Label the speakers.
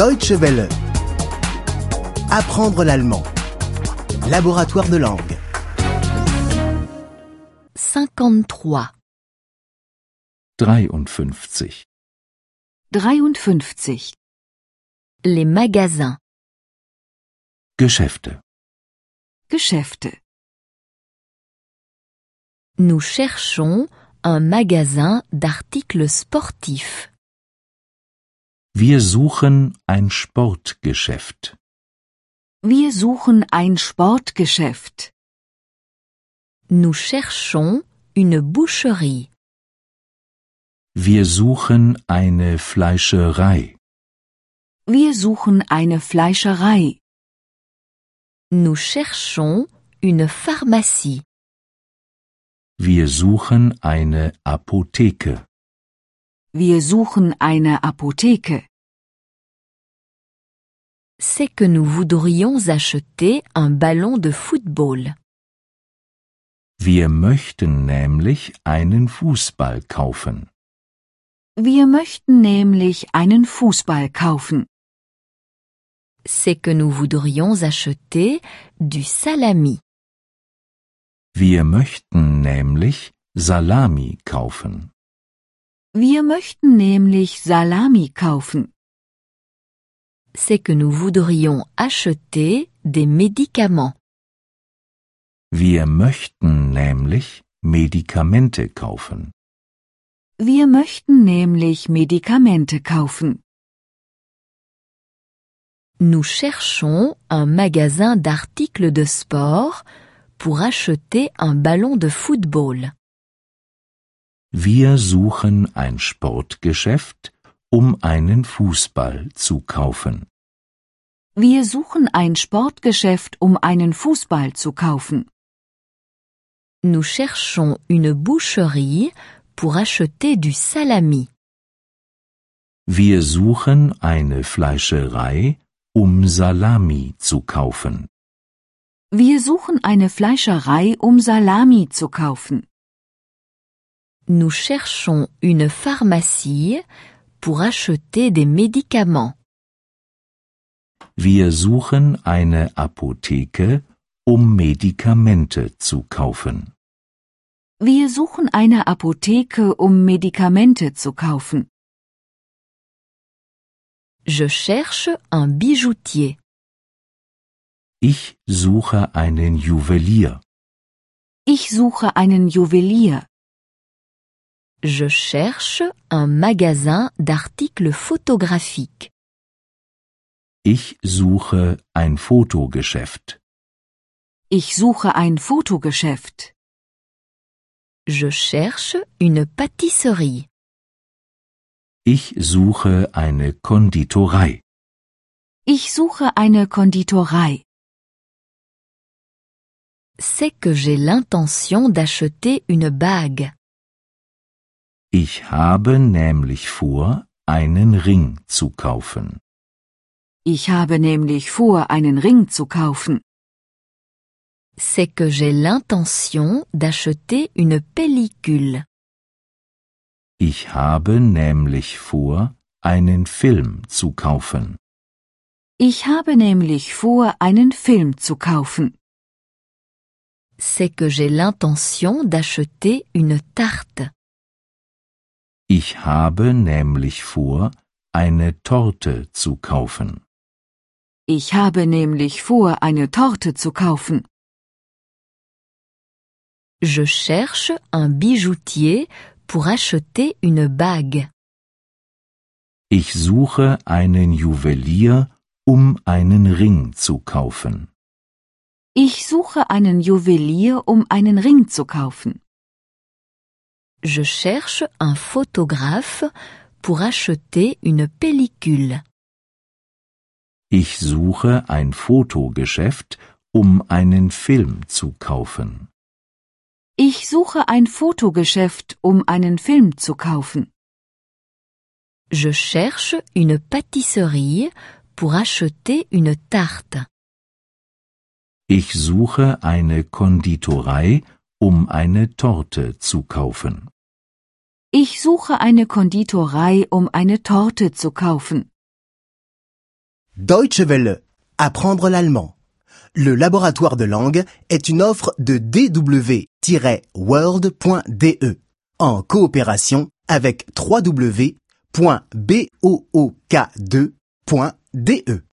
Speaker 1: Deutsche Welle. Apprendre l'allemand. Laboratoire de langue.
Speaker 2: 53.
Speaker 3: 53.
Speaker 2: 53. Les magasins,
Speaker 3: Geschäfte.
Speaker 2: Geschäfte. Nous cherchons un magasin d'articles sportifs.
Speaker 3: Wir suchen ein Sportgeschäft.
Speaker 2: Wir suchen ein Sportgeschäft. Nous cherchons une boucherie.
Speaker 3: Wir suchen eine Fleischerei.
Speaker 2: Wir suchen eine Fleischerei. Nous cherchons une pharmacie.
Speaker 3: Wir suchen eine Apotheke.
Speaker 2: Wir suchen eine Apotheke. C'est que nous voudrions acheter un ballon de football.
Speaker 3: Wir möchten nämlich einen Fußball kaufen.
Speaker 2: Wir möchten nämlich einen Fußball kaufen. C'est que nous voudrions acheter du salami.
Speaker 3: Wir möchten nämlich Salami kaufen.
Speaker 2: Wir möchten nämlich Salami kaufen. C'est que nous voudrions acheter des médicaments.
Speaker 3: Wir möchten nämlich Medikamente kaufen.
Speaker 2: Wir möchten nämlich Medikamente kaufen. Nous cherchons un magasin d'articles de sport pour acheter un ballon de football.
Speaker 3: Wir suchen ein Sportgeschäft, um einen Fußball zu kaufen.
Speaker 2: Wir suchen ein Sportgeschäft, um einen Fußball zu kaufen. Nous cherchons une boucherie pour acheter du salami.
Speaker 3: Wir suchen eine Fleischerei, um Salami zu kaufen.
Speaker 2: Wir suchen eine Fleischerei, um Salami zu kaufen. Nous cherchons une pharmacie pour acheter des médicaments.
Speaker 3: Wir suchen eine Apotheke, um Medikamente zu kaufen.
Speaker 2: Wir suchen eine Apotheke, um Medikamente zu kaufen. Je cherche un bijoutier.
Speaker 3: Ich suche einen Juwelier.
Speaker 2: Ich suche einen Juwelier. Je cherche un magasin d'articles photographiques.
Speaker 3: Ich suche ein Fotogeschäft.
Speaker 2: Ich suche ein Fotogeschäft. Je cherche une pâtisserie.
Speaker 3: Ich suche eine Konditorei.
Speaker 2: Ich suche eine Konditorei. C'est que j'ai l'intention d'acheter une bague.
Speaker 3: Ich habe nämlich vor, einen Ring zu kaufen.
Speaker 2: Ich habe nämlich vor, einen Ring zu kaufen. C'est que j'ai l'intention d'acheter une pellicule.
Speaker 3: Ich habe nämlich vor, einen Film zu kaufen.
Speaker 2: Ich habe nämlich vor, einen Film zu kaufen. C'est que j'ai l'intention d'acheter une tarte.
Speaker 3: Ich habe nämlich vor, eine Torte zu kaufen.
Speaker 2: Ich habe nämlich vor, eine Torte zu kaufen. Je cherche un bijoutier pour acheter une bague.
Speaker 3: Ich suche einen Juwelier, um einen Ring zu kaufen.
Speaker 2: Ich suche einen Juwelier, um einen Ring zu kaufen. Je cherche un photographe pour acheter une pellicule.
Speaker 3: Ich suche ein Fotogeschäft, um einen Film zu kaufen.
Speaker 2: Ich suche ein Fotogeschäft, um einen Film zu kaufen. Je cherche une pâtisserie pour acheter une tarte.
Speaker 3: Ich suche eine Konditorei, um eine Torte zu kaufen.
Speaker 2: Ich suche eine Konditorei, um eine Torte zu kaufen.
Speaker 1: Deutsche Welle. Apprendre l'allemand. Le laboratoire de langue est une offre de dw-world.de E en coopération avec www.book2.de.